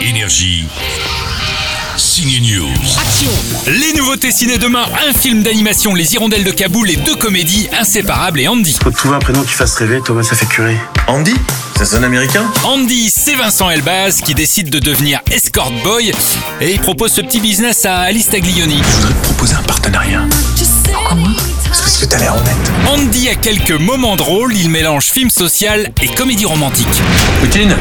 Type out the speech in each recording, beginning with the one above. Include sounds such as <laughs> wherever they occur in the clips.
Énergie. Signe News. Les nouveautés ciné demain, un film d'animation Les Hirondelles de Kaboul et deux comédies, Inséparables et Andy. Faut trouver un prénom qui fasse rêver, Thomas, ça fait curer. Andy Ça sonne américain Andy, c'est Vincent Elbaz qui décide de devenir escort boy et il propose ce petit business à Alice Taglioni. Je voudrais te proposer un partenariat. Pourquoi moi Parce que t'as l'air honnête. Andy a quelques moments drôles, il mélange film social et comédie romantique. Poutine,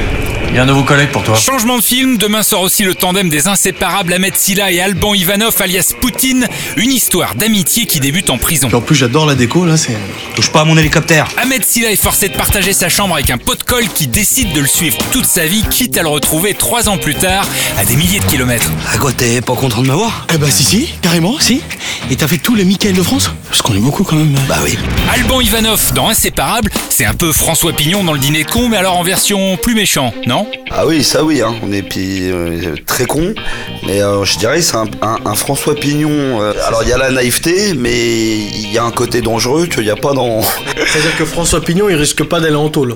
il y a un nouveau collègue pour toi. Changement de film, demain sort aussi le tandem des inséparables Ahmed Silla et Alban Ivanov alias Poutine, une histoire d'amitié qui débute en prison. En plus, j'adore la déco, là, c'est. Touche pas à mon hélicoptère. Ahmed Silla est forcé de partager sa chambre avec un pot de colle qui décide de le suivre toute sa vie, quitte à le retrouver trois ans plus tard, à des milliers de kilomètres. À quoi t'es pas content de me voir Eh bah, si, si, carrément, si. Et t'as fait tous les Michael de France Parce qu'on est beaucoup quand même. Bah oui. Alban Ivanov dans Inséparable, c'est un peu François Pignon dans le dîner de con, mais alors en version plus méchant, non Ah oui, ça oui, hein. on est puis, euh, très con, mais euh, je dirais c'est un, un- un François Pignon. euh, alors il y a la naïveté, mais il y a un côté dangereux qu'il n'y a pas dans. <laughs> C'est-à-dire que François Pignon, il risque pas d'aller en tôle.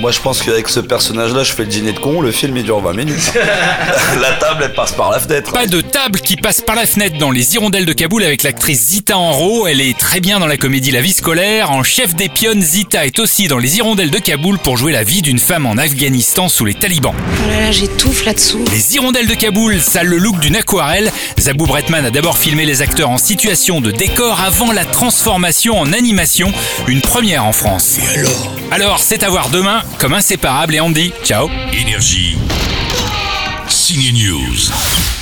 Moi je pense qu'avec ce personnage-là, je fais le dîner de con, le film il dure 20 minutes. <laughs> la table elle passe par la fenêtre. Pas de table qui passe par la fenêtre dans Les Hirondelles de Kaboul avec l'actrice Zita Enro. Elle est très bien dans la comédie La vie scolaire. En chef des pionnes, Zita est aussi dans Les Hirondelles de Kaboul pour jouer la vie d'une femme en Afghanistan sous les talibans. Oh là là, j'étouffe là-dessous. Les Hirondelles de Kaboul, ça a le look d'une aquarelle. Zabou Bretman a d'abord filmé les acteurs en situation de décor avant la transformation en animation, une première en France. alors c'est à voir demain comme inséparable et Andy. Ciao Énergie. Signe News.